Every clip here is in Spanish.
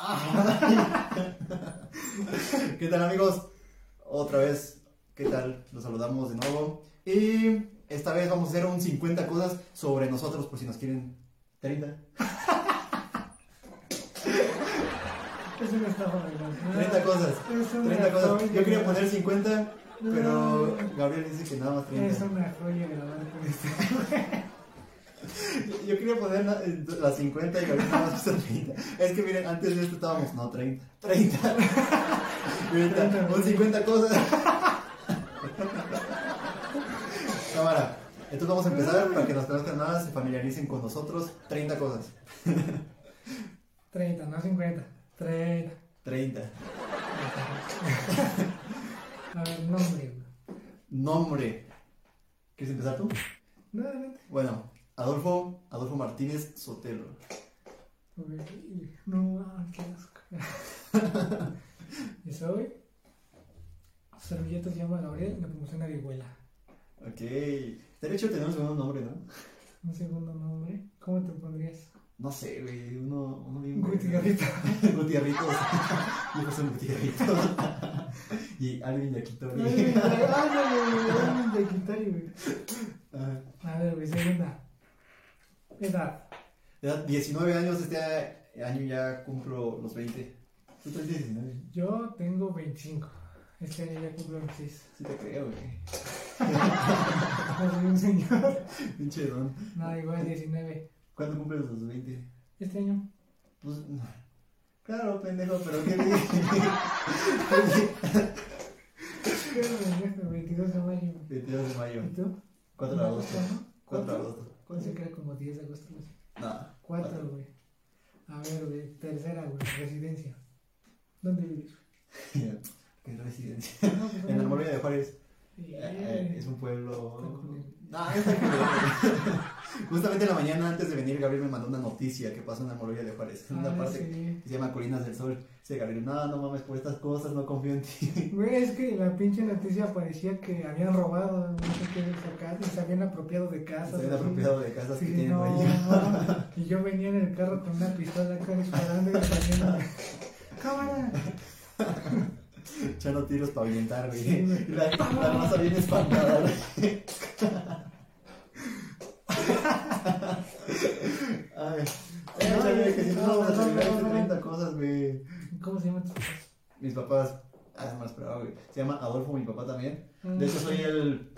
¿Qué tal amigos? Otra vez, ¿qué tal? Los saludamos de nuevo. Y esta vez vamos a hacer un 50 cosas sobre nosotros por si nos quieren 30. Es una estafa, ¿verdad? 30 cosas. Es una 30 cosas. joya. Yo quería poner 50, pero Gabriel dice que nada más Es 30. una joya grabar con este. Yo quería poner la- eh, las 50 y Gabriel nada más puso 30. Es que miren, antes de esto estábamos, no, 30. 30. 30. Con 50 cosas. Cámara. Entonces vamos a empezar para que las conozcan más, se familiaricen con nosotros. 30 cosas. 30, no 50. 30. 30. A ver, nombre. güey. Nombre. ¿Quieres empezar tú? No, adelante. Bueno, Adolfo, Adolfo Martínez Sotelo. Ok, y- No, ah, qué asco. y soy. Servilleta se llama Gabriel y la promoción Arihuela. Ok. Estaría hecho tener un segundo nombre, ¿no? Un segundo nombre. ¿Cómo te pondrías? No sé, güey. Uno, uno bien. Gutierrito. Gutierritos. Yo paso Gutierritos. y alguien de aquí Ay, también. Ándale, güey, de Quintari, güey. Ah, A ver, güey, segunda. Edad. edad 19 años, este año ya cumplo los 20. Tú traes 19. Yo tengo 25. Este año ya cumplo 26. Sí te creo, güey. No soy un señor. Pinche don. No, igual 19. ¿Cuándo cumples los 20? Este año. Pues. no. Claro, pendejo, pero qué bien. Creo que el 22 de mayo. güey. 22 de mayo. ¿Y tú? 4 de agosto. ¿No? 4 de ¿Cuatro? agosto. Pensé que era como 10 de agosto. Nada. 4, güey. A ver, güey. Tercera, güey. Residencia. ¿Dónde vives? Qué residencia. No, pues, En ¿dónde la Morelia de Juárez. vives? Eh, Es un Está pueblo. culero. No, está culero. Justamente en la mañana antes de venir, Gabriel me mandó una noticia que pasó en la Morelia de Juárez, en una Ah, parte sí. que se llama Colinas del Sol. Dice Gabriel, no, no mames, por estas cosas no confío en ti. Güey, es que la pinche noticia parecía que habían robado, no sé qué, acá, y se habían apropiado de Se casas. habían así. apropiado de casas que Sí, tienen no, ahí. no. Y yo venía en el carro con una pistola acá disparando y diciendo, cámara. Echando tiros para aventar, güey. Sí, güey. Y la, la raza bien espantada, güey. Ay, no, güey, que si no, no vamos a terminar estas 30 cosas, güey. ¿Cómo se llama tu papá? Mis papás, ah, no me lo esperaba, güey. Se llama Adolfo, mi papá también. De Ah, hecho, soy el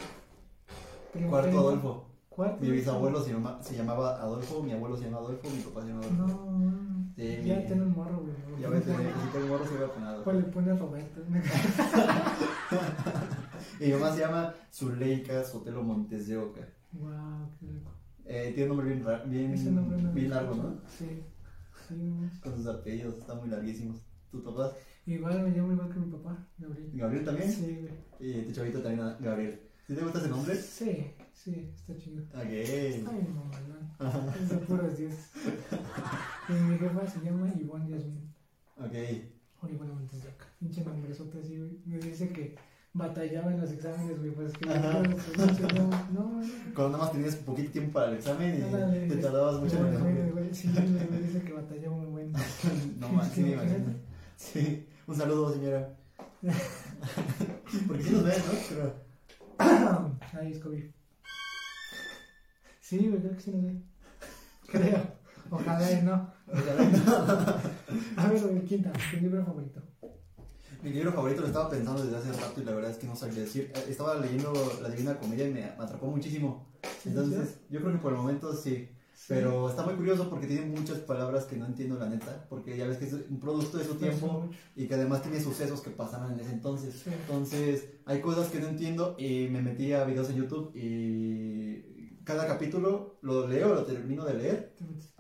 Mm. cuarto Adolfo. ¿Cuarto? Mi bisabuelo se, llama- se llamaba Adolfo, mi abuelo se llama Adolfo, mi papá se llama No, Adolfo. mames. Sí, ya mi- tiene un morro, güey. Y a veces, eh, si tengo morro, se iba a poner ¿Cuál Adolfo. le pone Roberto? Y mi mamá se llama Zuleika Sotelo Montes de Oca. wow, qué loco. Eh, tiene un nombre bien, ra- bien, Ese nombre no lo bien escucho. largo, ¿no? Sí. Sí, no mames. Con sus apellidos, están muy larguísimos. ¿Tu papá? Igual me llamo igual que mi papá, Gabriel. ¿Gabriel también? Sí, güey. Y tu chavito también, ah, Gabriel. ¿Sí te gusta ese nombre? Sí, sí, está chido. Ok. Ay, mamalón. Es de puros dioses. Y mi jefa se llama Ivonne Yasmin. Ok. O Ivonne Montes de Oca. Pinche nombrezote así, güey. Me dice que batallaba en los exámenes, güey. Pues que Ajá. no, no, no. Cuando nada más tenías poquito tiempo para el examen y Ándale, te güey. tardabas mucho en el Ándale, nombre. güey. Sí, güey, me dice que batallaba muy bueno. No más, sí, me imagino. Sí, un saludo, señora. Porque sí nos ven, ¿no? Creo. Ay, es COVID. Sí, güey, creo que sí nos ve. Creo. Ojalá y no. A ver, güey, quinta, tu libro favorito. Mi libro favorito lo estaba pensando desde hace rato y la verdad es que no sabía decir. Eh, Estaba leyendo La Divina Comedia y me atrapó muchísimo. Entonces, yo creo que por el momento sí. Pero está muy curioso porque tiene muchas palabras que no entiendo la neta, porque ya ves que es un producto de su tiempo y que además tiene sucesos que pasaron en ese entonces. Sí. Entonces, hay cosas que no entiendo y me metí a videos en YouTube y cada capítulo lo leo, lo termino de leer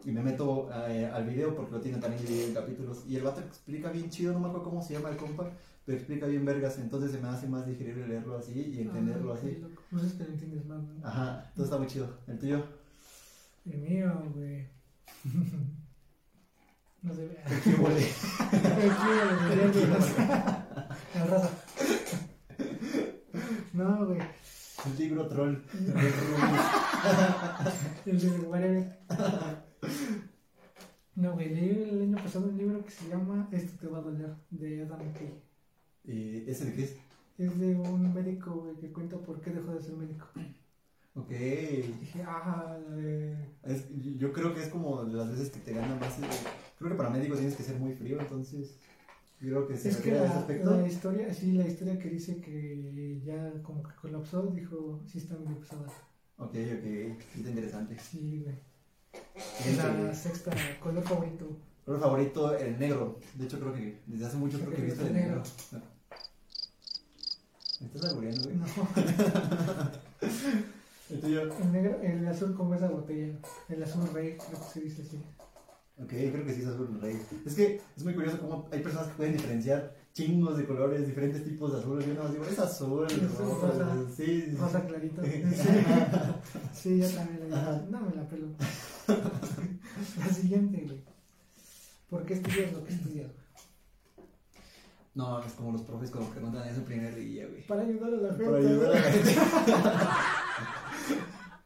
y me meto eh, al video porque lo tiene también dividido en capítulos. Y el vato explica bien chido, no me acuerdo cómo se llama el compa, pero explica bien vergas. Entonces se me hace más digerible leerlo así y entenderlo Ah, qué así. loco. Pues es que lo entiendes más, ¿no? Ajá, entonces está muy chido. ¿El tuyo? El mío, güey. No se ve. ¿El tuyo, güey? El mío, güey, ya llegas. La raza. No, güey. El libro troll. El de Guareme. No, güey, leí el año empezado un libro que se llama Esto te va a doler, de Adam McKay. Eh, ¿Ese de qué es? Es de un médico, güey, que cuenta por qué dejó de ser médico. Ok. Y dije, ah, la de... Es- yo creo que es como de las veces que te gana más. eh, creo que para médicos tienes que ser muy frío, entonces. Yo creo que se Es que refiere a ese la, aspecto. la historia, sí, la historia que dice que ya como que colapsó, dijo, sí está muy pesada. Ok, ok. Está interesante. Sí, güey. La Siguiente. sexta, color favorito. Color favorito, el negro. De hecho, creo que desde hace mucho creo que he visto el negro. Me estás albureando, güey. No, El tuyo. el negro, el azul como esa botella. El azul rey, creo que se dice así. Ok, creo que sí es azul rey. Es que es muy curioso cómo hay personas que pueden diferenciar chingos de colores, diferentes tipos de azules. Yo nada más digo, es azul, Es rojo, rosa. sí, sí, sí. Rosa clarito. Sí, sí yo también la digo. No me la pelo. La siguiente, güey. ¿Por qué estudias lo que estudias? güey? No, es como los profes cuando preguntan eso el primer día, güey. Para ayudar a la gente. Para ayudar a la gente.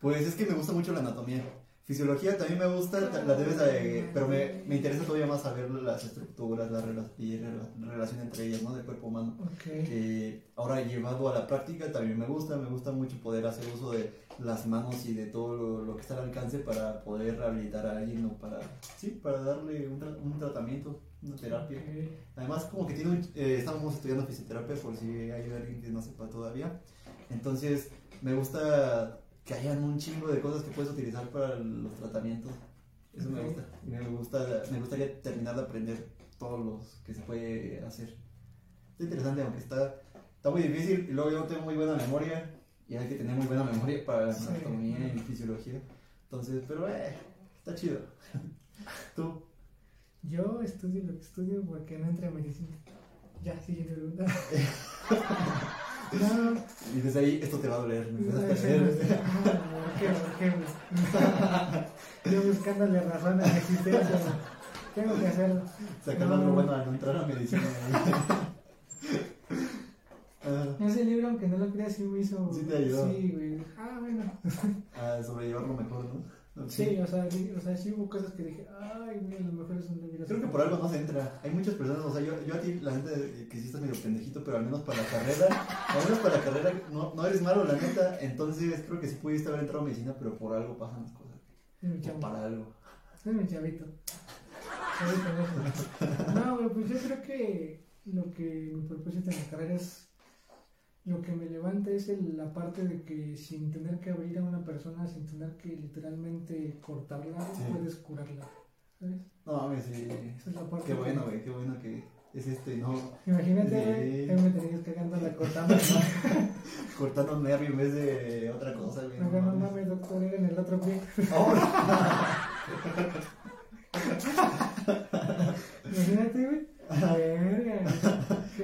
Pues es que me gusta mucho la anatomía. Fisiología también me gusta, ta- la debes de- pero me, me interesa todavía más saber las estructuras, la rela- y rela- relación entre ellas, ¿no? Del cuerpo humano. Ok. Que ahora llevado a la práctica también me gusta, me gusta mucho poder hacer uso de las manos y de todo lo, lo que está al alcance para poder rehabilitar a alguien o para, sí, para darle un, tra- un tratamiento, una terapia. Ok. Además, como que tiene un- eh, estábamos estudiando fisioterapia por si hay alguien que no sepa todavía. Entonces, me gusta que hayan un chingo de cosas que puedes utilizar para los tratamientos. Eso me Ok. gusta. Y Me, gusta, me gustaría terminar de aprender todos los que se puede hacer. Está interesante, aunque está, está muy difícil. Y luego yo no tengo muy buena memoria. Y hay que tener muy buena memoria para Sí. anatomía y fisiología. Entonces, pero eh, está chido. ¿Tú? Yo estudio lo que estudio porque no entré a medicina. Ya, siguiente pregunta. no, no, Y desde ahí, esto te va a doler. me empiezas a ese no doler. es- ah, qué bueno, qué bueno. Yo buscándole razón a mi existencia. güey. Tengo que hacerlo. Sacando algo bueno al no entrar a medicina. Ah, Ese libro, aunque no lo creas, sí me hizo. Sí te ayudó. Sí, güey. Ah, bueno. Ah, a sobrellevarlo mejor, ¿no? Sí, o sea, sí, o sea, sí hubo cosas que dije, ay, güey, a lo mejor es un libro. Creo que por algo no se entra. Hay muchas personas, o sea, yo, yo a ti, la gente que sí estás medio pendejito, pero al menos para la carrera, al menos para la carrera no, no eres malo, la neta. Entonces creo que sí pudiste haber entrado a medicina, pero por algo pasan las cosas. Es mi O chamba. para algo. Soy mi chavito. Soy un pendejo. No, güey, pues yo creo que lo que mi propósito en la carrera es. Lo que me levanta es el- la parte de que sin tener que abrir a una persona, sin tener que literalmente cortarla, Sí. puedes curarla. ¿Sabes? No, mames, sí. Esa es la parte. Qué que- bueno, güey, qué bueno que es esto y no Imagínate, Sí. güey, ahí me tenías cagando la cortando. ¿no? cortando un nervio en vez de otra cosa, güey. No, no mames. mames, doctor, era en el otro pie. Imagínate, güey. Verga.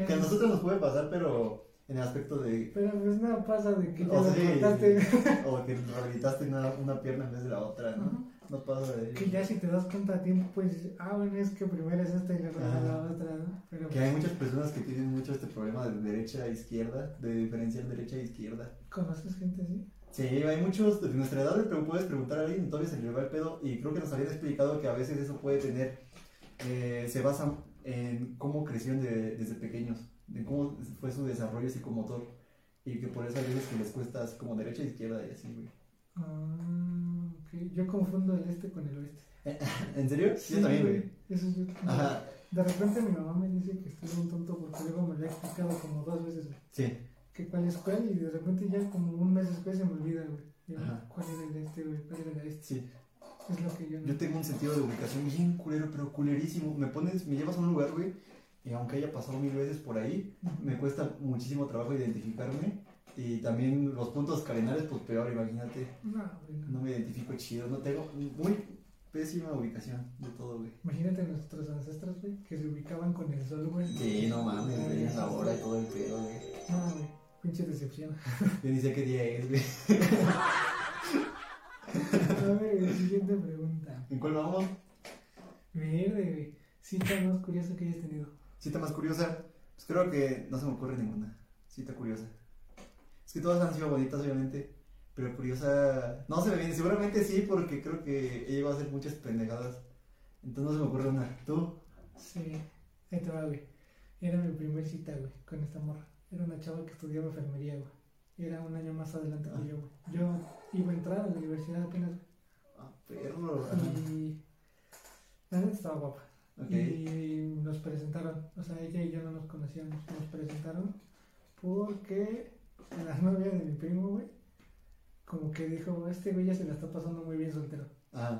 Que a nosotros nos puede pasar, pero en el aspecto de. Pero pues nada pasa de que ya O, la sí, cortaste. o que rehabilitaste una, una pierna en vez de la otra, ¿no? No pasa de Que ya si te das cuenta a tiempo, pues, ah, bueno, es que primero es esta y luego la Ajá. otra, ¿no? Pero pues, Que hay muchas personas que tienen mucho este problema de derecha a izquierda, de diferenciar derecha e izquierda. conoces gente así. Sí, hay muchos de nuestra edad, pero puedes preguntar a alguien, todavía se le va el pedo. Y creo que nos habían explicado que a veces eso puede tener. eh, se basa en cómo crecieron de- desde pequeños, de cómo fue su desarrollo psicomotor. Y que por eso hay veces que les cuesta así como derecha e izquierda y así, güey. Ah, ok. Yo confundo el este con el oeste. ¿En serio? Sí, Yo también, güey. Eso es yo. Ajá, De repente mi mamá me dice que estoy un tonto porque luego me lo ha explicado como dos veces, güey. sí. Que cuál es cuál y de repente ya como un mes después se me olvida, güey. Y yo, Ajá. ¿Cuál era el este, güey? ¿Cuál era el este? Sí, Es lo que yo no. yo tengo un sentido de ubicación bien culero, pero culerísimo. Me pones, me llevas a un lugar, güey, y aunque haya pasado mil veces por ahí, me cuesta muchísimo trabajo identificarme. Y también los puntos cardinales, pues peor, imagínate. No, güey, no. No me identifico chido, no tengo muy pésima ubicación de todo, güey. Imagínate nuestros ancestros, güey, que se ubicaban con el sol, güey. Sí, no mames, Ah, güey, eso la sí. hora y todo el pedo, güey. No, güey, pinche decepción. Yo ni sé qué día es, güey. A ver, güey, siguiente pregunta. ¿En cuál vamos? Verde, güey. Cita más curiosa que hayas tenido. Cita más curiosa, pues creo que no se me ocurre ninguna cita curiosa. Es que todas han sido bonitas, obviamente, pero curiosa no se me viene. Seguramente sí, porque creo que he llegado a hacer muchas pendejadas. Entonces no se me ocurre una. ¿Tú? Sí, ahí te va, güey. Era mi primer cita, güey, con esta morra. Era una chava que estudiaba enfermería, güey. Era un año más adelante que yo, güey. Yo iba a entrar a la universidad apenas. güey. Ah, perro. Y. La neta estaba guapa. Ok. Y nos presentaron. O sea, ella y yo no nos conocíamos. Nos presentaron porque la novia de mi primo, güey, como que dijo: Este güey ya se la está pasando muy bien soltero. Ah,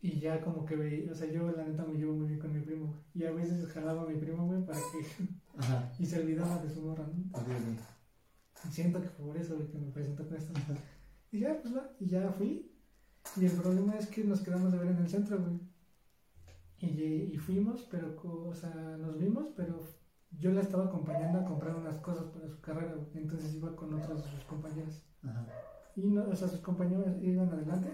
Y ya como que veía, o sea, yo la neta me llevo muy bien con mi primo. güey. Y a veces jalaba a mi primo, güey, para que... ajá. Y se olvidaba de su morra, ¿no? Ok, ok. Siento que fue por eso güey, que me presentó con esta. Y ya, pues, va, y ya fui. Y el problema es que nos quedamos de ver en el centro, güey. Y, ye- y fuimos, pero, co- o sea, nos vimos, pero yo la estaba acompañando a comprar unas cosas para su carrera, güey. Entonces iba con otras de sus compañeras. Ajá. Y no, o sea, sus compañeros iban adelante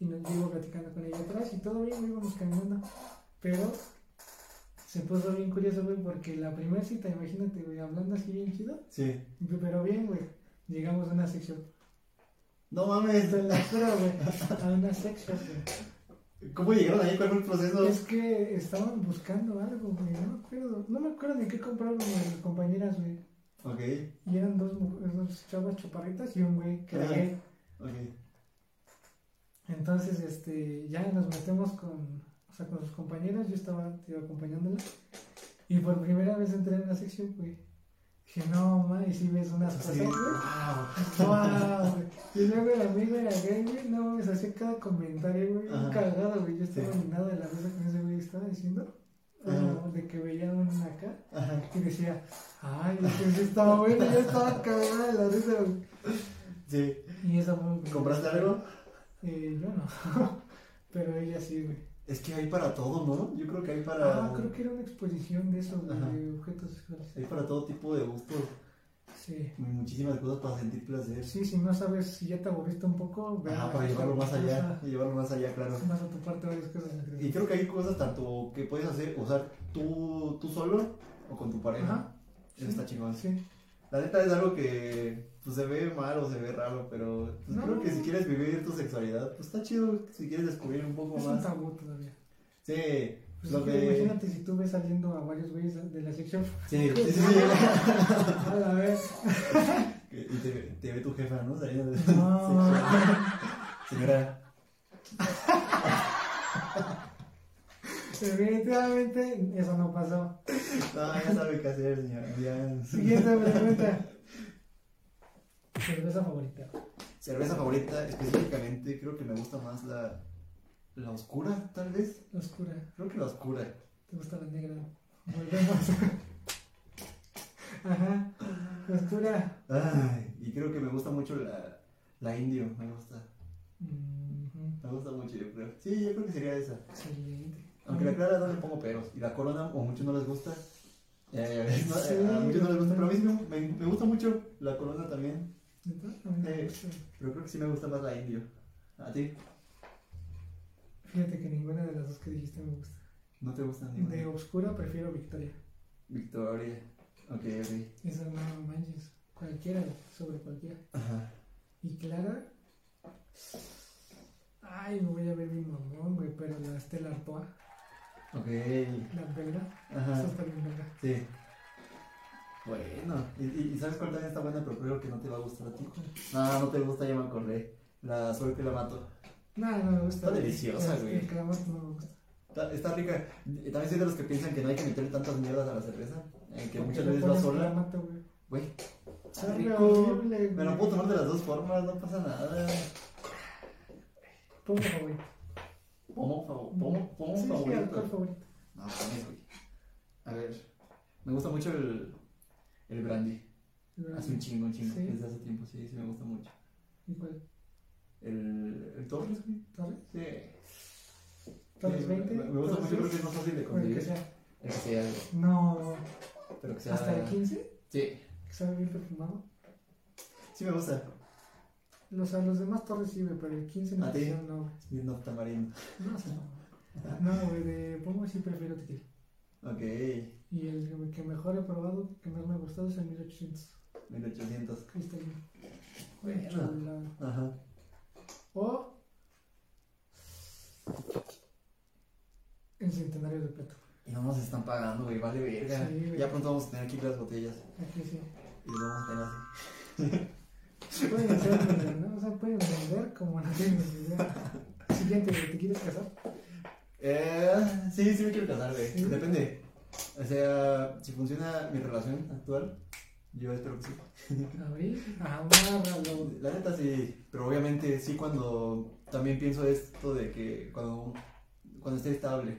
y nos yo iba platicando con ella atrás y todo bien, íbamos caminando. Pero se puso bien curioso, güey, porque la primera cita, imagínate, güey, hablando así bien chido, Sí. pero bien, güey. Llegamos a una sección. No mames. Esta es la cura, güey. A una sección, ¿Cómo llegaron ahí? ¿Cuál fue el proceso? Es que estaban buscando algo, güey. No me acuerdo. No me acuerdo ni qué compraron mis compañeras, güey. Ok, Y eran dos, mu- dos chavas chaparritas y un güey que era Ah. gay. ok. Entonces, este, ya nos metemos con, o sea, con sus compañeras, yo estaba tío, acompañándola. Y por primera vez entré en una sección, güey. Dije, no, ma, y si ves unas cosas, Sí. güey. Wow. ¡Guau, güey! Y luego el amigo era gay, güey, no mames, hacía cada comentario, güey, Ajá. un cagado, güey. Yo estaba Sí. dominado de la mesa con ese güey, estaba diciendo, ah, Ajá. de que veía una acá. Ajá. Y decía, ay, la que sí estaba buena, y yo estaba cagada de la risa, güey. Sí. Y eso fue. ¿Compraste algo? Eh, yo no. Pero ella sí, güey. Es que hay para todo, ¿no? Yo creo que hay para. Ah, creo que era una exposición de esos güey, Ajá. de objetos sexuales. Hay para todo tipo de gustos. Sí. Muchísimas cosas para sentir placer. Sí, si no sabes si ya te aburriste un poco, ve Ajá, a- para llevarlo más allá. Ajá. Llevarlo más allá, claro. Vas a toparte varias cosas. Y creo que hay cosas tanto que puedes hacer, o sea, tú, tú solo o con tu pareja. Ajá. Eso está chingón. Sí. La neta es algo que pues, se ve mal o se ve raro, pero pues, No. creo que si quieres vivir tu sexualidad, pues está chido si quieres descubrir un poco Es un más. tabú todavía. Sí, Pues lo es que que... Imagínate si tú ves saliendo a varios güeyes de la sección. Sí, sí, sí. sí. A la vez. Que- Y te, ve- te ve tu jefa, ¿no? Saliendo de- No. Señora, Definitivamente eso no pasó. no, ya sabe qué hacer, señora. ya. Siguiente pregunta. Cerveza favorita. Cerveza favorita, específicamente, creo que me gusta más la, la oscura, tal vez. La oscura. Creo que la oscura. ¿Te gusta la negra? Volvemos. Ajá. La oscura. Ay, y creo que me gusta mucho la, la indio, me gusta. Mhm. Me gusta mucho, yo creo. Sí, yo creo que sería esa. Excelente. Aunque la clara no le pongo peros. Y la corona, o muchos no les gusta. Eh, no, eh, a Sí. muchos no les gusta, pero a mí sí me, me- me gusta mucho la corona también. ¿Neta? A mí me gusta. Pero creo que sí me gusta más la indio. ¿A ti? Fíjate que ninguna de las dos que dijiste me gusta. ¿No eh. te gusta ninguna? De oscura prefiero Victoria. Victoria. Ok, ok. Esa no manches. Cualquiera, sobre cualquiera. Ajá. Y Clara. Ay, me voy a ver mi mamón, güey, pero la Estela Artois, Ok. la belga, esa Ajá. está bien belga. Sí. Bueno. ¿Y, y- y sabes cuál también está buena? Pero creo que no te va a gustar a ti. No, no te gusta, ya me acordé. La suerte la mato. No, no me gusta. Está deliciosa, El- güey. El clamato no me gusta. Está, está rica. Y También soy de los que piensan que no hay que meterle tantas mierdas a la cerveza. eh, que Porque muchas le veces va pones sola. clamato, güey. Güey. Está Sabe rico. horrible, güey. Me lo puedo tomar de las dos formas, no pasa nada. Pomo favorito. Pomo, favo- pomo, pomo Sí, sí, favorito. alcohol favorito. No, mames, güey. A ver. Me gusta mucho el, el brandy. Hace un chingo, un chingo. Sí. Desde hace tiempo, sí, sí me gusta mucho. ¿Y cuál? El, el Torres, güey. ¿Torres? Sí. ¿Torres Sí, 20? Me, me gusta mucho, creo ¿Torres que es más fácil de 10? Bueno, conseguir. que sea. El que sea, güey. No, pero que sea. hasta el 15, Sí, que sabe bien perfumado. sí me gusta. O sea, los demás torres sí, güey, pero el 15 no ¿A ti? especial no, güey. Bien, No tamarindo. No, o sea, no. No, güey, de pomo sí prefiero tequila. Ok, Y el que mejor he probado, que más me ha gustado, es el 1800. 1800. Cristalino. Bueno. Chulada. Ajá. O el centenario de Plato. Y no nos están pagando, güey, vale verga. Sí, güey. ya pronto vamos a tener que ir las botellas. Aquí sí. Y lo vamos a tener así. Pueden hacerlo, ¿no? O sea, pueden vender como no tienen idea. Siguiente, ¿te quieres casar? Eh, sí, sí me quiero casar, güey. Sí. Depende. O sea, si funciona mi relación actual, yo espero que sí. Abrir, amárralo. La neta sí, pero obviamente sí cuando también pienso esto de que cuando, cuando esté estable,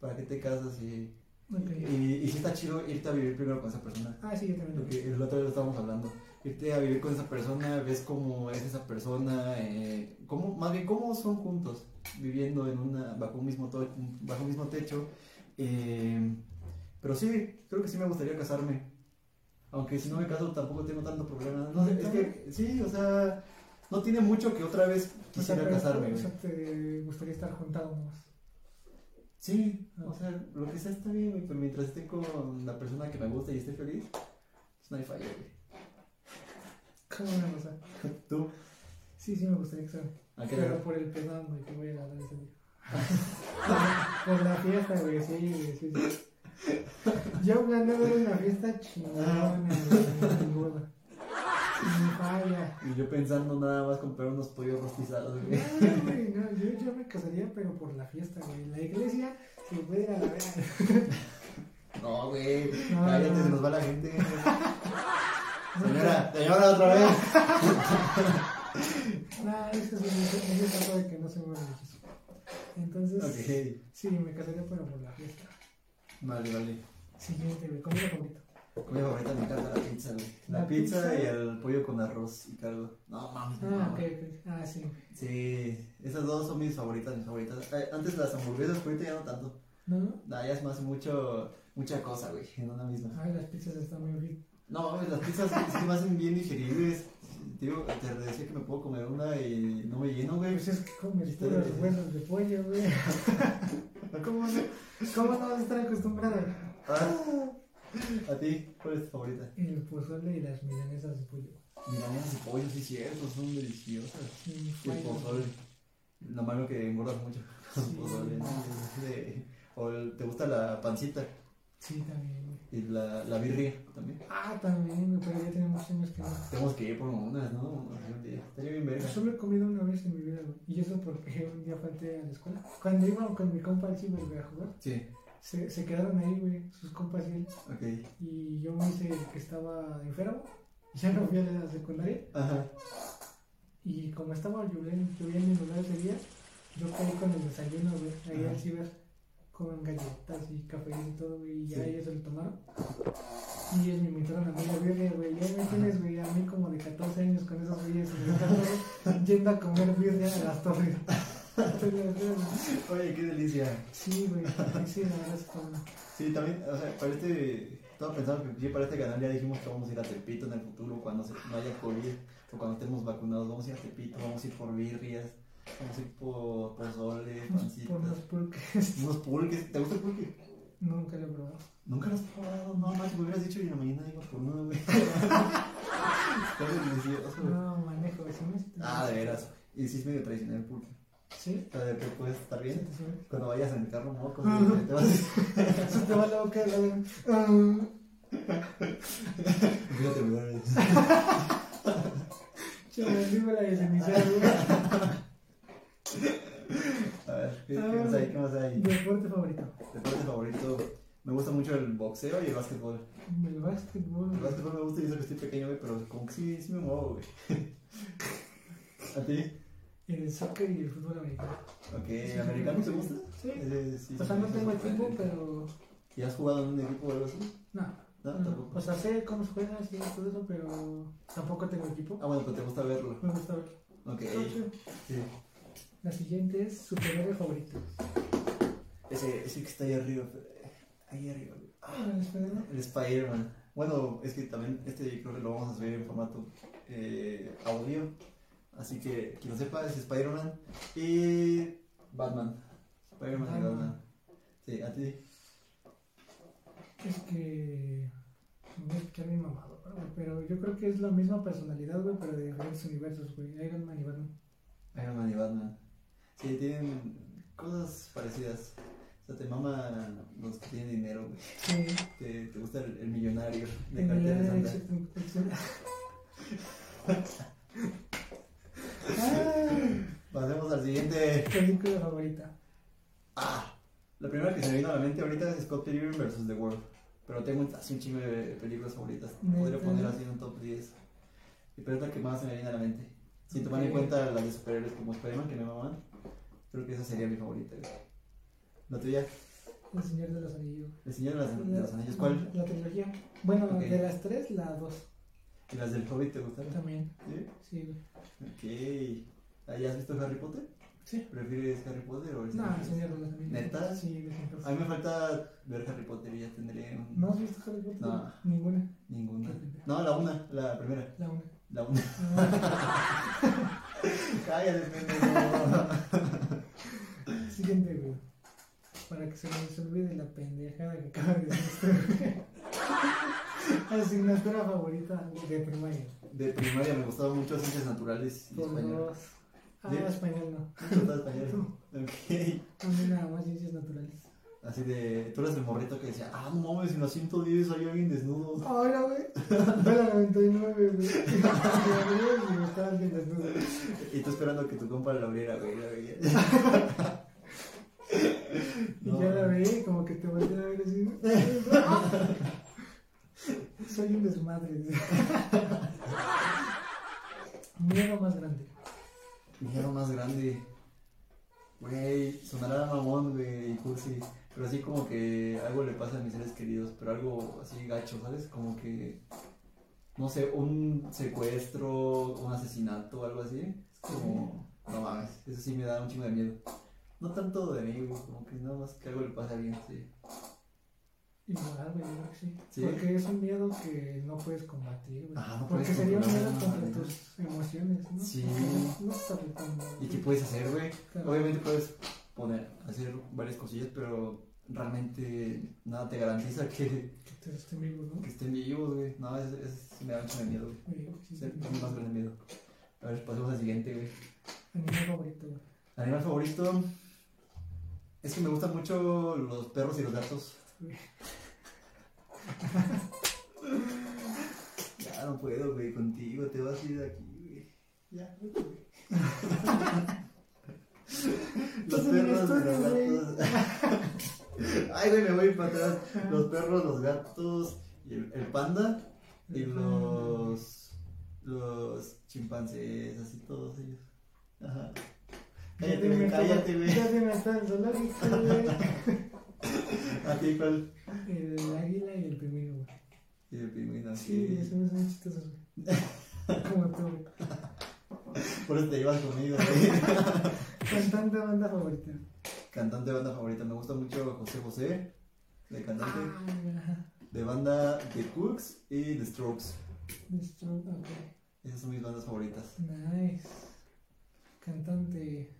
¿para qué te casas? Y, Ok. y, y sí está chido irte a vivir primero con esa persona. Ah, sí, yo también. Lo que el otro día lo estábamos hablando. Irte a vivir con esa persona, ves cómo es esa persona, eh, cómo, más bien cómo son juntos, viviendo en una, bajo un mismo, to- bajo un mismo techo. eh, pero sí, creo que sí me gustaría casarme. Aunque si no me caso tampoco tengo tanto problema. No sé, es que sí, o sea, no tiene mucho que otra vez O sea, quisiera pero- casarme. O güey. sea, te gustaría estar juntado más. Sí, o sea, lo que sea está bien, güey, pero mientras esté con la persona que me gusta y esté feliz, pues no hay falla, güey. ¿Cómo una cosa? ¿Tú? Sí, sí, me gustaría casarme. ¿A qué Pero por el perdón, güey, que voy a dar ese día. por la fiesta, güey, sí, güey, sí, sí. Yo planeaba dar una fiesta chingona, güey, en mi boda. Sin falla. Y yo pensando nada más comprar unos pollos rostizados, güey. No, güey, no, yo, yo me casaría, pero por la fiesta, güey. La iglesia se puede ir a la verga. No, güey. No, Cállate, no. se nos va la gente. Señora, señora, otra vez. No, es que es el caso de que no se me religioso. Entonces, Ok, sí, me casaría, pero por la fiesta. vale, vale. Siguiente, güey, comida favorita. Comida favorita me encanta la pizza, güey. La, La pizza, pizza. y el pollo con arroz y caldo. No, mames. no, Ah, ok, mames. ok. Ah, sí. Sí, esas dos son mis favoritas, mis favoritas. Eh, antes las hamburguesas, pero ahorita ya no tanto. ¿No? Nah, ya es más mucho, mucha cosa, güey, en una misma. Ay, las pizzas están muy ricas. No, mames, las pizzas sí sí me hacen bien digeribles. Te digo, te decía que me puedo comer una y no me lleno, güey. Pues es que comes puros huesos de pollo, güey. ¿Cómo no, ¿Cómo no vas a estar acostumbrado? Ah, ¿A ti? ¿Cuál es tu favorita? El pozole y las milanesas de pollo. Milanesas y pollo, sí, cierto, son deliciosas. Sin Y el falla. pozole. Lo malo que engordas mucho. con Sí. pozole, ¿no? De- o el- te gusta la pancita Sí, también, güey. y la, la birria también. Ah, también, güey, pero ya tenemos años que no. Tenemos que ir por unas, ¿no? Algún día. Estaría bien verga. Solo he comido una vez en mi vida, güey. Y eso porque un día falté a la escuela. Cuando iba con mi compa al ciber güey, a jugar, Sí, se, se quedaron ahí, güey, sus compas y él. ok. Y yo me hice el que estaba enfermo. Ya no fui a la secundaria. Ajá. Y como estaba lloviendo lloviendo en lugar ese día, yo caí con el desayuno, güey, ahí Ajá. al ciber, con galletas y café y todo, güey, y ya Sí. ellos se lo tomaron. Y ellos me invitaron a mí la birria, güey, ya me tienes, güey, a mí como de 14 años con esos güeyes en el carro, yendo a comer birria a las torres. Entonces, güey, Oye, qué delicia. Sí, güey, ahí sí, la verdad es que Sí, también, o sea, para este, estaba pensando que sí, para este canal ya dijimos que vamos a ir a Tepito en el futuro, cuando se- no haya COVID, o cuando estemos vacunados, vamos a ir a Tepito, vamos a ir por birrias, vamos a ir por pozole, por los pancitas, pulques, unos pulques, ¿te gusta el pulque? nunca lo he probado. Nunca los he probado, no, más, me hubieras dicho y en la mañana iba por uno, güey. Está delicioso, güey. No, manejo, güey, sí me- Ah, de veras, y sí es medio tradicional el pulque, ¿Sí? o sea, de que puedes estar ¿Sí bien, te suena? cuando vayas en el carro moco, Ajá. te vas Se te va la boca de la verga. Ah. Empieza a temblar, güey. Chaval, dime la definición, A ver, ¿qué, qué más hay, qué más hay? güey. Deporte favorito. Deporte favorito. Me gusta mucho el boxeo y el básquetbol. El básquetbol. El güey. básquetbol me gusta y eso que estoy pequeño, güey, pero como que sí, sí me muevo, güey. ¿A ti? El soccer y el fútbol americano. Ok, ¿americano te gusta? Sí. Ese sí, O sea, no sí, tengo sí, el tiempo, sí. pero. ¿Y has jugado en un equipo o algo así? No. No, no. tampoco. O sea, sé cómo se juega, sé todo eso, pero tampoco tengo equipo. Ah, bueno, pero te gusta verlo. Me gusta verlo. Ok. Sí. La siguiente es superhéroe favorito. Ese, ese que está ahí arriba. eh, Ahí arriba, güey. Ah, el superhéroe. El Spider-Man. Bueno, es que también este creo que lo vamos a subir en formato eh, audio. Así que quien lo sepa es Spider-Man y Batman. Spider-Man y Batman. Batman. Sí, a ti. Es que. Me voy a escuchar mi mamado, güey, pero yo creo que es la misma personalidad, güey, pero de diferentes universos, güey. Iron Man y Batman. Iron Man y Batman. Sí, tienen cosas parecidas. O sea, te mama los que tienen dinero, güey. Sí, Te, te gusta el, el millonario de tengo ya cartera el santa. éxito. Ah, Pasemos al siguiente. película favorita. Ah, la primera que se me vino a la mente ahorita es Scott Pilgrim vs. The World. Pero tengo un- así un chingo de películas favoritas. Podría Neta. poner así en un top 10. Y Pero es la que más se me viene a la mente. Si tomar en Ok. cuenta las de superhéroes como Spider-Man, que me maman, creo que esa sería mi favorita. güey. La tuya, El Señor de los Anillos. El Señor de las- de los Anillos, ¿cuál? La trilogía. Bueno, Ok. de las tres, la dos ¿Y las del Hobbit te gustaron? también. ¿Sí? Sí, güey. Ok. Ah, ¿Ya has visto Harry Potter? Sí. ¿Prefieres Harry Potter o el No, Señor de El los- Señor de los Anillos. ¿Neta? Sí, güey, sin problema. A mí me falta ver Harry Potter y ya tendré un- ¿No has visto Harry Potter? No. Ninguna. ninguna. Qué pendejo. No, la una, la primera. La una. La una. Ah, Cállate, pendejo. siguiente, güey. Para que se nos olvide la pendejada que acaba de decir. este Asignatura favorita de primaria. De primaria me gustaban mucho ciencias naturales y Por español. dos. Ah, ¿Sí? español no. ¿Te gustaba español? Ok. A mí nada más ciencias naturales. Así de. Tú eras el morrito que decía, ah, no mames, en los 110 hay alguien desnudo. Ahora, güey. Fue la 99, güey. Y me estaban bien desnudo. Y tú esperando que tu compa la abriera, güey. La veía. Y No. ya la veía y como que te volteé a ver así. ¿no? Soy un desmadre. güey. Miedo más grande. Miedo más grande. Güey, sonará mamón, güey, y cursi. Pero así como que algo le pasa a mis seres queridos, pero algo así gacho, ¿sabes? Como que, no sé, un secuestro, un asesinato, algo así. Es como, no mames, eso sí me da un chingo de miedo. No tanto de mí, güey, como que nada más que algo le pasa a alguien, sí. Igual, güey, yo creo que sí. Sí. Porque es un miedo que no puedes combatir, güey. Ah, no Porque puedes sería un miedo controlar, contra ¿no? tus emociones, ¿no? Sí. Porque No, no está afectando. ¿Y qué puedes hacer, güey? Claro. Obviamente puedes poner, hacer varias cosillas, pero realmente nada te garantiza que Que te estén vivos, ¿no? Que estén vivos, güey. No, es, es, me da mucho de miedo, güey. Güey, yo creo que sí. Es el más grande miedo. A ver, pasemos al siguiente, güey. Animal favorito, güey. Animal favorito. Es que me gustan mucho los perros y los gatos. Ya no puedo, güey, contigo. Te vas a ir de aquí, güey. Ya, vete, güey. Los Estás en el perros y estudio, los gatos. Ay, güey, me voy para atrás. Los perros, los gatos y el, el panda. Y los. Los chimpancés, así todos ellos. Ajá. Cállate, güey, cállate, güey. Ya se me está el zoológico, güey. A ti, ¿cuál? El águila y el pingüino, güey. Y el pingüino, Sí, Ah, sí. eso me son chistosos, güey. Como tú, güey. Por eso te llevas conmigo, güey. Cantante banda favorita. Cantante de banda favorita, me gusta mucho José José, de cantante. Ah, ajá. De banda The Cooks y The Strokes. The Strokes, ok. Esas son mis bandas favoritas. Nice. Cantante.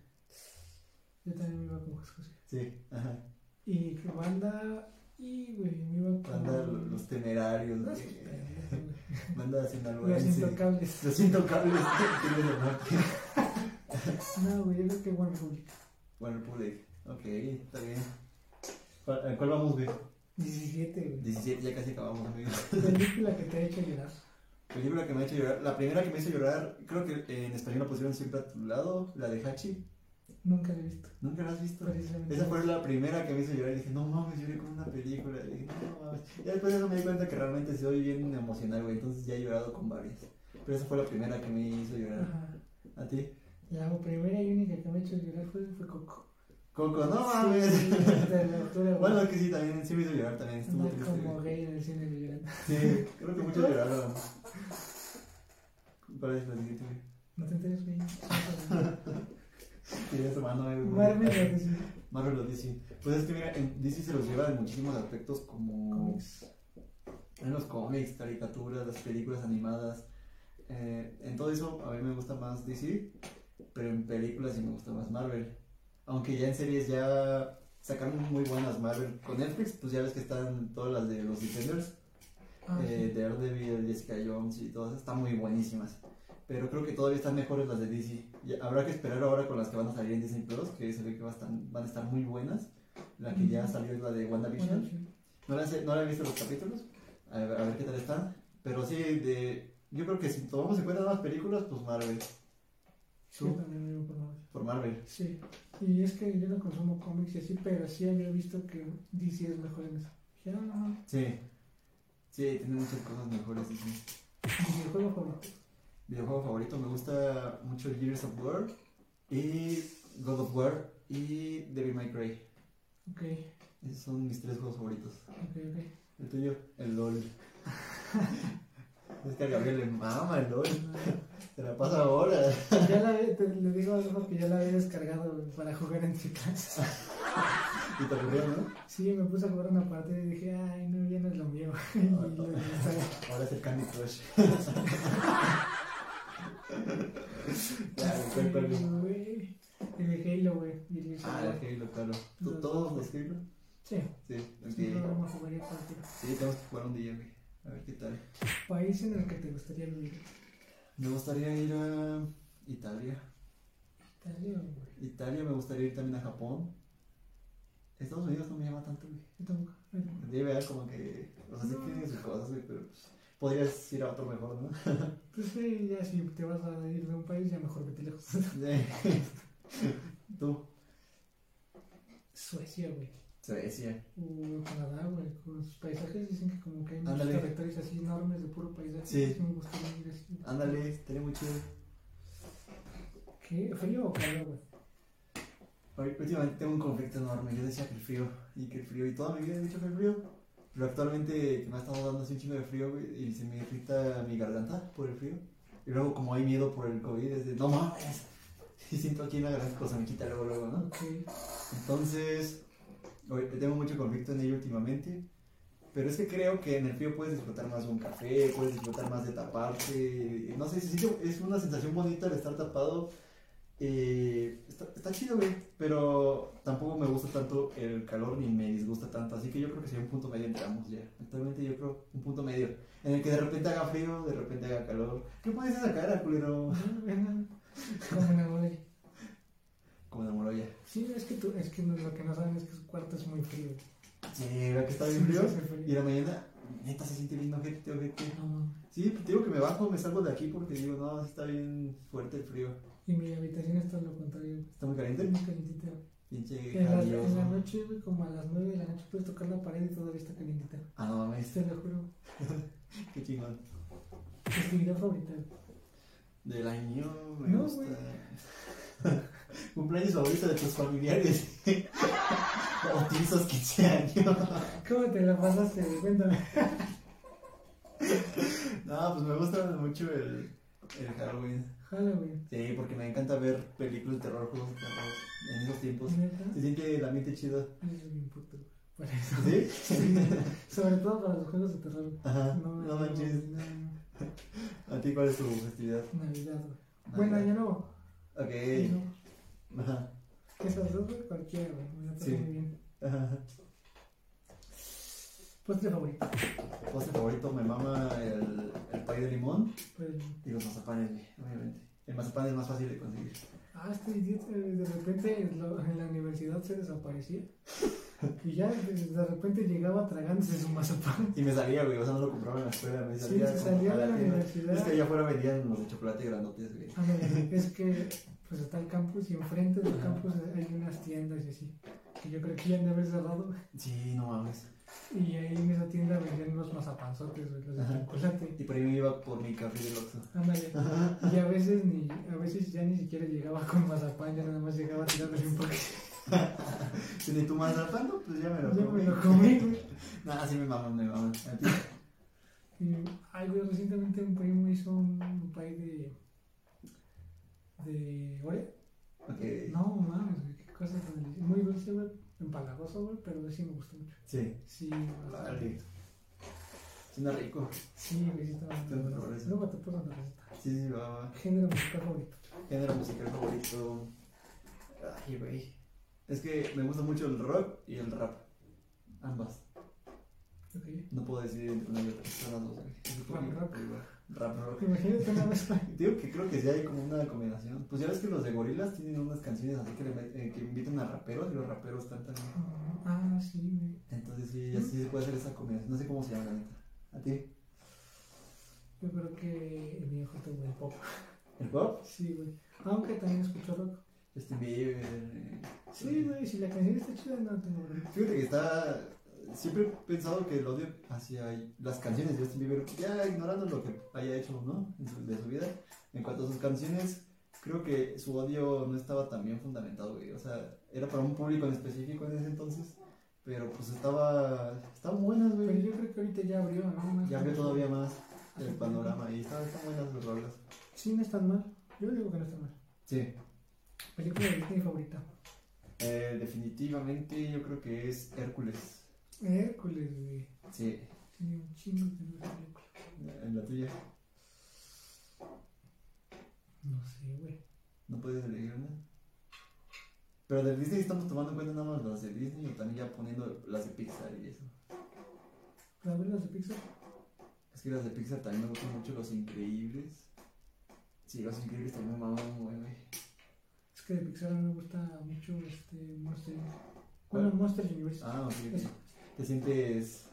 Yo también me iba con José José. Sí, ajá. Y que banda. Y, güey, me iba con. Banda Lo- Los Temerarios, No, güey. sí, güey. banda Los Sinaloense. intocables. Los Intocables, Tigres del Norte. No, güey, yo creo que One Republic. Bueno, Republic. Ok, está bien. ¿Cuál, a cuál vamos, güey? 17, güey. 17, ya casi acabamos, amigo. Película que te ha hecho llorar. Película que me ha hecho llorar. La primera que me hizo llorar, creo que en español la pusieron siempre a tu lado, la de Hachi. Nunca la he visto. ¿Nunca la has visto? Precisamente. Esa fue la primera que me hizo llorar y dije, no mames, lloré con una película. Y dije, no mames. Ya después de eso me di cuenta que realmente soy bien emocional, güey. Entonces ya he llorado con varias. Pero esa fue la primera que me hizo llorar. Ajá. ¿A ti? La primera y única que me ha hecho llorar fue, fue Coco. Coco, no Sí, mames. sí, de la altura, Bueno, es que sí, también sí me hizo llorar, también estuvo Andar triste, como güey. gay en el cine llorando. Sí, creo que muchos lloraron. ¿Cuál es la siguiente, güey? No te enteres, güey. Tienes tu mano, güey. Marvel lo que sí. Marvel o DC. Pues es que mira, en DC se los lleva en muchísimos aspectos como Cómics. en los cómics, caricaturas, las películas animadas. Eh, en todo eso a mí me gusta más DC, pero en películas sí me gusta más Marvel. Aunque ya en series ya sacaron muy buenas Marvel. Con Netflix pues ya ves que están todas las de los Defenders. Ah, eh, Daredevil, Jessica Jones y todas esas están muy buenísimas. Pero creo que todavía están mejores las de DC. Y habrá que esperar ahora con las que van a salir en Disney Plus, que se ve que va a estar- van a estar muy buenas. la que ya salió es la de WandaVision. No la, he- no la he visto los capítulos, a ver, a ver qué tal están. Pero sí, de, yo creo que si tomamos en cuenta las películas, pues Marvel. Sí, Tú. también me iba por Marvel. Por Marvel. Sí, y es que yo no consumo cómics y así, pero sí había visto que DC es mejor en eso. Dije, ah, no, Sí. Sí, tiene muchas cosas mejores. sí, sí. mi juego favorito. Videojuego favorito, me gusta mucho Gears of War y God of War y Devil May Cry. Ok, Esos son mis tres juegos favoritos. ok, ok. El tuyo, el LOL. es que a Gabriel le mama el LOL. Se la pasa ahora. Pues Ya la he, te, le digo algo que ya la había descargado para jugar entre casas. Y te refiero, ¿no? Sí, me puse a jugar una partida y dije, ay, no, ya no es lo mío. Y lo desinstalé. Ahora es el Candy Crush. ya, Sí, el Halo. güey. El de Halo, güey. y el de Ah, Halo. el Halo, claro. ¿Tú- ¿Todos los Halo? Sí, Sí, sí, no, ok. no jugaría partidas. Sí, tenemos que jugar un día, güey. A ver qué tal. País en el que te gustaría vivir. Me gustaría ir a Italia. Italia, güey. Italia, me gustaría ir también a Japón. Estados Unidos no me llama tanto, güey. Yo tampoco. Debe haber como que. O sea, sí tiene sus cosas, güey, pero pues, podrías ir a otro mejor, ¿no? Pues sí, ya si te vas a ir de un país, ya mejor vete lejos. Sí. Tú, Suecia, güey. Suecia. O Canadá, güey. Con sus paisajes dicen que como que hay muchos Ándale. territorios así enormes de puro paisaje. Sí. me gustaría ir así. Ándale, estaría muy chido. ¿Qué? ¿Frío o calor, güey? Ahorita- Últimamente tengo un conflicto enorme. Yo decía que el frío, y que el frío, y toda mi vida he dicho que el frío. Pero actualmente que me ha estado dando así un chingo de frío, güey, y se me irrita mi garganta por el frío. Y luego, como hay miedo por el COVID, es de no mames. Y siento aquí en la garganta, cosa me quita luego, luego, ¿no? Ok. Entonces, oye, tengo mucho conflicto en ello últimamente, pero es que creo que en el frío puedes disfrutar más de un café, puedes disfrutar más de taparte, no sé, si es una sensación bonita el estar tapado, eh, está, está chido, güey, pero tampoco me gusta tanto el calor ni me disgusta tanto, así que yo creo que sería un punto medio entre ambos ya, actualmente yo creo un punto medio, en el que de repente haga frío, de repente haga calor, ¿qué puedes sacar, culero? Como en la madre. Como de Moroya. Sí, es que, tú, es que no- lo que no saben es que su cuarto es muy frío. Sí, ¿verdad que está bien frío? Sí, sí, sí, Y en la mañana, neta, se siente bien ojete, ojete. No, mames. Sí, te digo que me bajo, me salgo de aquí porque digo, no, sí está bien fuerte el frío. Y mi habitación está en lo contrario. güey. Está muy caliente. Muy calentita. güey. Pinche En la, calioso. en la noche, güey, como a las 9 de la noche puedes tocar la pared y todavía está calentita. Ah, no mames, Te lo juro. qué chingón. Es mi video favorito. Del año me No, gusta. Cumpleaños favorito de tus familiares. Bautizos, 15 años. ¿Cómo te la pasaste? güey? Cuéntame. No, pues me gusta mucho el, el Halloween. Halloween. Sí, porque me encanta ver películas de terror, juegos de terror en esos tiempos. ¿Neta? Se siente el ambiente chido. Eres bien puto. güey, Por eso. ¿Sí? Sobre todo para los juegos de terror. güey. Ajá. No, No güey, manches. no, no. ¿A ti cuál es tu festividad? Ah, Navidad, güey. Bueno, yo no. Ok. no. Ajá. Esas dos, güey, cualquiera, güey. Me la pasé Sí. muy bien. Ajá. Postre favorito. Postre favorito me mama el, el pay de limón Pues, y los mazapanes, güey, obviamente. El mazapán es más fácil de conseguir. Ah, este idiota eh, de repente lo- en la universidad se desaparecía. Y ya de de repente llegaba tragándose su mazapán. Y me salía, güey, o sea, no lo compraba en la escuela, me Sí, salía. se como salía de la a tienda. universidad. Es que allá afuera vendían los de chocolate grandotes, güey. Ah, no, es que pues está el campus y enfrente del Ajá. campus hay unas tiendas y así. Que yo creo que ya han de haber cerrado. Sí, no mames. Y ahí en esa tienda vendían unos mazapanzotes, güey, los de Ajá. chocolate. Y por ahí me iba por mi café de Oxxo. Ándale. Y a veces ni, a veces ya ni siquiera llegaba con mazapán, ya nada más llegaba a tirándole un paquete. Si ni tu mazapán, no, pues ya me lo Ya me comí. lo comí, güey. Nada, sí me maman, me maman. A ti. Y, ay, güey, recientemente un primo hizo un pay de. de. ¿Ore? Ok. No mames, güey, qué cosa tan deliciosa. Muy dulce, güey, empalagoso, güey, pero sí me gustó mucho. Sí. Sí, bastante. Vale. Suena rico. Sí, güey, sí estaba muy Te lo bueno. favorece. Luego te puedo la receta. Sí, sí, va, va. Género musical favorito. Género musical favorito. Ay, güey. Es que me gusta mucho el rock y el rap. Ambas. Ok. No puedo decidir entre una y otra. Son las dos, güey. Es un Rap, poquito- rock. Rap rock. Imagínate una vez. Digo que creo que sí hay como una combinación. Pues ya ves que los de gorilas tienen unas canciones así que, le met- eh, que invitan a raperos y los raperos cantan. Ah, Ah, sí, güey. Entonces sí, así se puede hacer esa combinación. No sé cómo se llama, la neta. ¿A ti? Yo creo que el viejo te huele poco. ¿El pop? Sí, güey. Aunque también escucho rock. Justin Bieber. eh, Sí, güey, si la canción está chida, no tengo problema. Fíjate que está. Siempre he pensado que el odio hacia las canciones de Justin Bieber, ya ignorando lo que haya hecho, ¿no? En su- De su vida. En cuanto a sus canciones, creo que su odio no estaba tan bien fundamentado, güey. O sea, era para un público en específico en ese entonces. Pero pues estaba. Estaban buenas, Pero güey. yo creo que ahorita ya abrió, ¿no? Más Ya abrió todavía más el panorama y estaban estaban buenas las rolas. Sí, no están mal. Yo digo que no están mal. Sí. Película de Disney favorita. Eh, definitivamente yo creo que es Hércules. Hércules, güey. Sí. Tiene un chingo que no es película. En la tuya. No sé, güey. No podías elegir una. Pero de Disney estamos tomando en cuenta nada más las de Disney o también ya poniendo las de Pixar y eso. ¿La ver las de Pixar? Es que las de Pixar también me gustan mucho los increíbles. Sí, los increíbles también me maman, güey, güey. Es que de Pixar a mí me gusta mucho este Monster. Bueno, Monster Universe. Ah, ok, Es- ok. Te sientes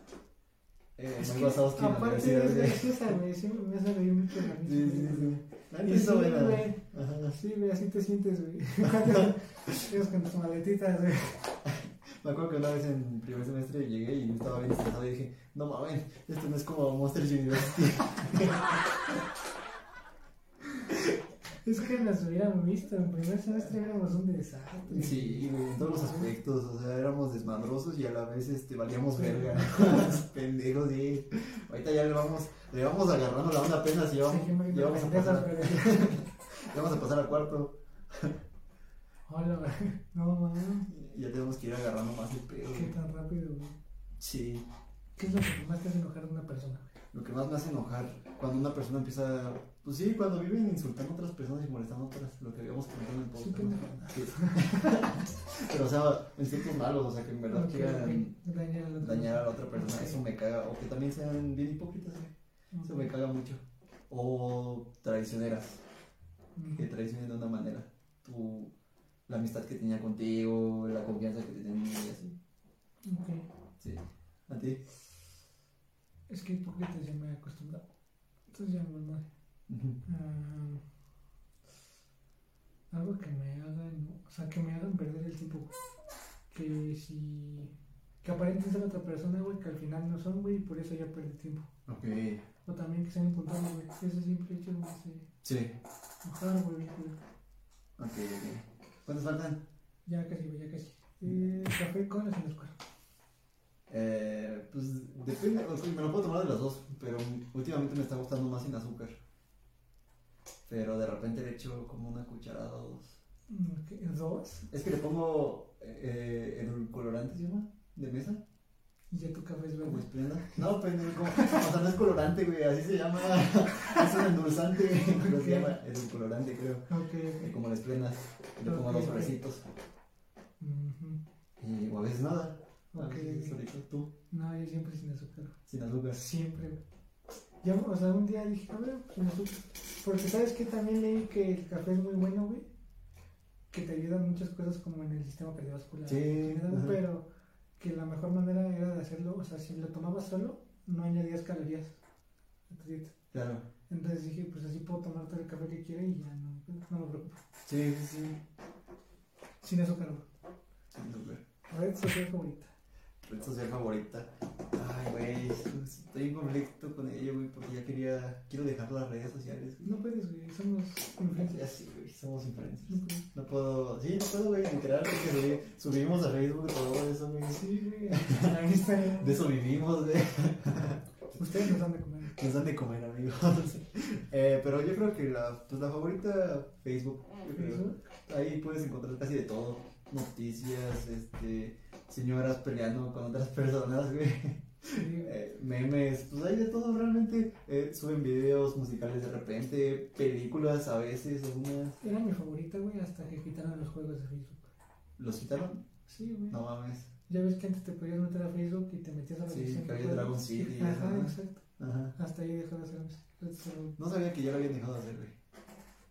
eh, Es más que, basados que en la aparte es universidad. Sí, graciosa, güey. Siempre me hace reír mucho la sí, sí. misma. sí. La neta Y sí, está buena. güey. Ajá. Sí, güey, así te sientes, güey. Ellos con tus maletitas, güey. Me acuerdo que una vez en primer semestre llegué y estaba bien estresado y dije, no mames, esto no es como Monsters University. Es que nos hubiéramos visto en primer semestre, éramos un desastre. Sí, güey, en todos los aspectos, o sea, éramos desmadrosos y a la vez este, valíamos verga, pendejos, sí. Ahorita ya le vamos, le vamos agarrando la onda apenas y ya vamos, Seguimos ya viendo vamos, a, pendejas, pasar, pero... ya vamos a pasar al cuarto Hola, güey. No, mames. y ya tenemos que ir agarrando más el pedo. Qué güey. tan rápido, güey. Sí, ¿Qué es lo que más te hace enojar de una persona? lo que más me hace enojar cuando una persona empieza, pues sí, cuando viven insultando a otras personas y molestando a otras, lo que habíamos comentado en el Sí, pendejo. podcast. Sí. Pero o sea, insultos malos, o sea, que en verdad Ok, quieran ok. Dañar a la otra dañar a la otra persona. persona, Ok, eso me caga, o que también sean bien hipócritas, ¿eh? güey. ok. Eso me caga mucho. O traicioneras, Ujú. que traicionen de una manera. Tu, la amistad que tenía contigo, la confianza que te tenía y así. Mm, Ok. Sí. ¿A ti? Es que hipócritas ya me he acostumbrado. Entonces ya me mal. Ah, Mm, algo que me hagan, o sea, que me hagan perder el tiempo. güey. Que si. que aparenten ser otra persona, güey, que al final no son, güey, y por eso ya perdí tiempo. Ok. O también que sean impuntables, güey. Ese simple hecho me hace Sí. enojar, güey, güey. Ok, ok. ¿Cuántos faltan? Ya casi, güey, ya casi. Eh, café con las en la escuela. Eh, pues depende, o sea, me lo puedo tomar de las dos, pero últimamente me está gustando más sin azúcar. Pero de repente le echo como una cucharada o dos. Mm, ¿qué? ¿Dos? Es que le pongo eh, edulcorante, ¿se llama? De mesa. Y ya tu café es Como verde. esplenda. Pues, No, pendejo. O sea, no es colorante, güey. Así se llama. Es un endulzante. Creo que se llama edulcorante, creo. Ok, Eh, ok. Como la esplenda. Le pongo Ok, dos ok. sobrecitos. Ujú. Y o a veces nada. A Ok, veces ok. solito, tú. No, yo siempre sin azúcar. Sin azúcar. Siempre. güey. Ya, o sea, un día dije, a ver, pues me supo. Porque sabes que también leí que el café es muy bueno, güey. Que te ayuda en muchas cosas como en el sistema cardiovascular. Sí. ¿verdad? ajá. Pero que la mejor manera era de hacerlo, o sea, si lo tomabas solo, no añadías calorías a tu dieta. Claro. Entonces dije, pues así puedo tomar todo el café que quiera y ya no, no me preocupo. Sí, sí, sí. Sin azúcar, güey. Sin azúcar. Red social favorita. Red social favorita. Ay, güey. Estoy en conflicto con ella, güey. Porque ya quería. Quiero dejar las redes sociales. No puedes, güey, somos influencers. Ya sí, güey. Somos influencers. No puedes. No puedo. Sí, no puedo, güey. Literal, porque subí- subimos a Facebook todo eso, güey. Sí, güey. Ahí está. De eso vivimos, güey. Ustedes nos dan de comer. Nos dan de comer, amigos. Eh, pero yo creo que la, pues la favorita, Facebook. yo creo. ¿Eso? Ahí puedes encontrar casi de todo. Noticias, este, señoras peleando con otras personas, güey. Sí, güey. Eh, memes, pues hay de todo realmente. Eh, suben videos musicales de repente, películas a veces, algunas. Era mi favorita, güey, hasta que quitaron los juegos de Facebook. ¿Los quitaron? Sí, güey. No mames. Ya ves que antes te podías meter a Facebook y te metías a la Sí, sección que de había juegos. Dragon City y eso, Ajá, ¿no? exacto. Ajá. Hasta ahí dejó de hacer mis- Entonces, eh, No sabía que ya lo habían dejado de hacer, güey.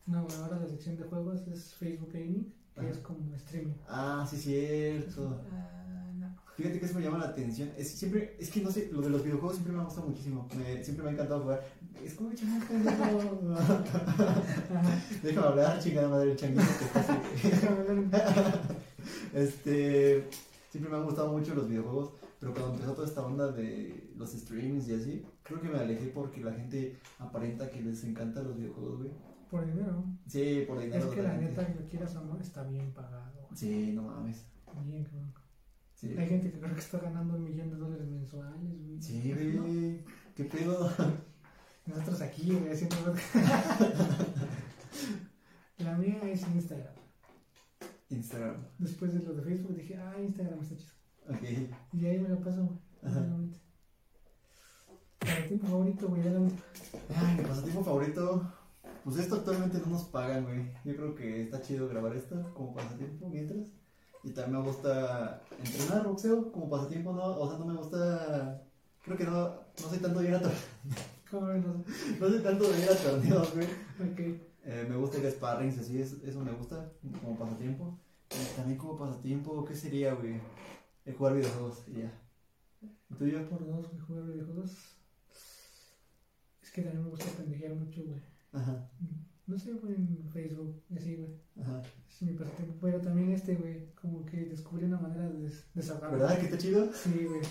No, güey, ahora la sección de juegos es Facebook Gaming, que Ajá. es como streaming. Ah, sí, cierto. Ah, no. Fíjate que eso me llama la atención. Es, siempre, es que no sé, lo de los videojuegos siempre me ha gustado muchísimo. Me- siempre me ha encantado jugar. Es como chingada, pendejo. Déjame hablar, chingada madre, el changuito que está así. Este, siempre me han gustado mucho los videojuegos, pero cuando empezó toda esta onda de los streamings y así, creo que me alejé porque la gente aparenta que les encantan los videojuegos, güey. Por dinero. Sí, por dinero. Es que la totalmente. neta, que lo quieras o no, está bien pagado. Sí, no mames. Bien, cabrón. Sí, Hay gente que creo que está ganando un millón de dólares mensuales, güey. sí, ¿No? güey. ¿Qué pedo? Nosotros aquí, güey, haciendo podcast. La mía es Instagram. Instagram. Después de lo de Facebook dije, ah, Instagram está chido. Ok. Y ahí me la paso, güey. Ajá. realmente. Para ti, favorito, güey, era un- Ay, mi pasatiempo favorito. Pues esto actualmente no nos pagan, güey. Yo creo que está chido grabar esto como pasatiempo mientras. Y también me gusta entrenar boxeo como pasatiempo, ¿no? O sea, no me gusta. Creo que no, no soy tanto de ir a tor- cabrón, no- No soy tanto de ir a torneos, güey. Ok. Eh, me gusta ir a sparrings, así, es- eso me gusta como pasatiempo. Y también como pasatiempo, ¿qué sería, güey? El jugar videojuegos y ya. ¿Y tuyo? Por dos, güey, jugar videojuegos. Es que también me gusta pendejear mucho, güey. Ajá, No sé, güey, en Facebook, y así, güey. ajá. Es mi pasatiempo. Pero también este, güey, como que descubrí una manera de des- desahogarme. ¿Verdad que está chido? Sí, güey.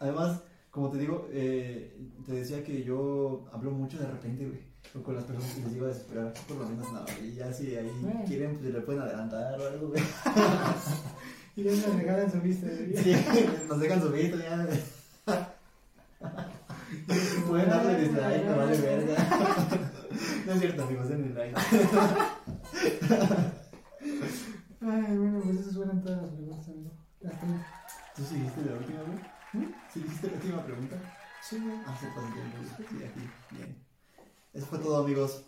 Además, como te digo, eh, te decía que yo hablo mucho de repente, güey. o Con las personas que les digo a desesperar, por lo menos nada, Y ya si ahí Bueno. quieren, pues le pueden adelantar o algo, güey. Y ya me regalan su vista, güey. Sí, nos dejan subir, ya. Pueden darle dislike, me pues, vale verga. No es cierto, amigos, denle like. Ay, bueno, pues esas fueron todas las preguntas, amigo. Las tuyas. ¿Tú seguiste la última, güey? ¿Sí hiciste la última pregunta? Ah, Sí, güey. Hace tiempo. Sí, aquí. Bien. Eso fue todo, amigos.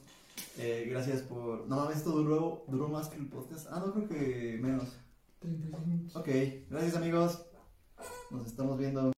Eh, gracias por. No mames, esto duró, duró más que el podcast. Ah, no, creo que menos. 36 minutos. Ok, gracias, amigos. Nos estamos viendo.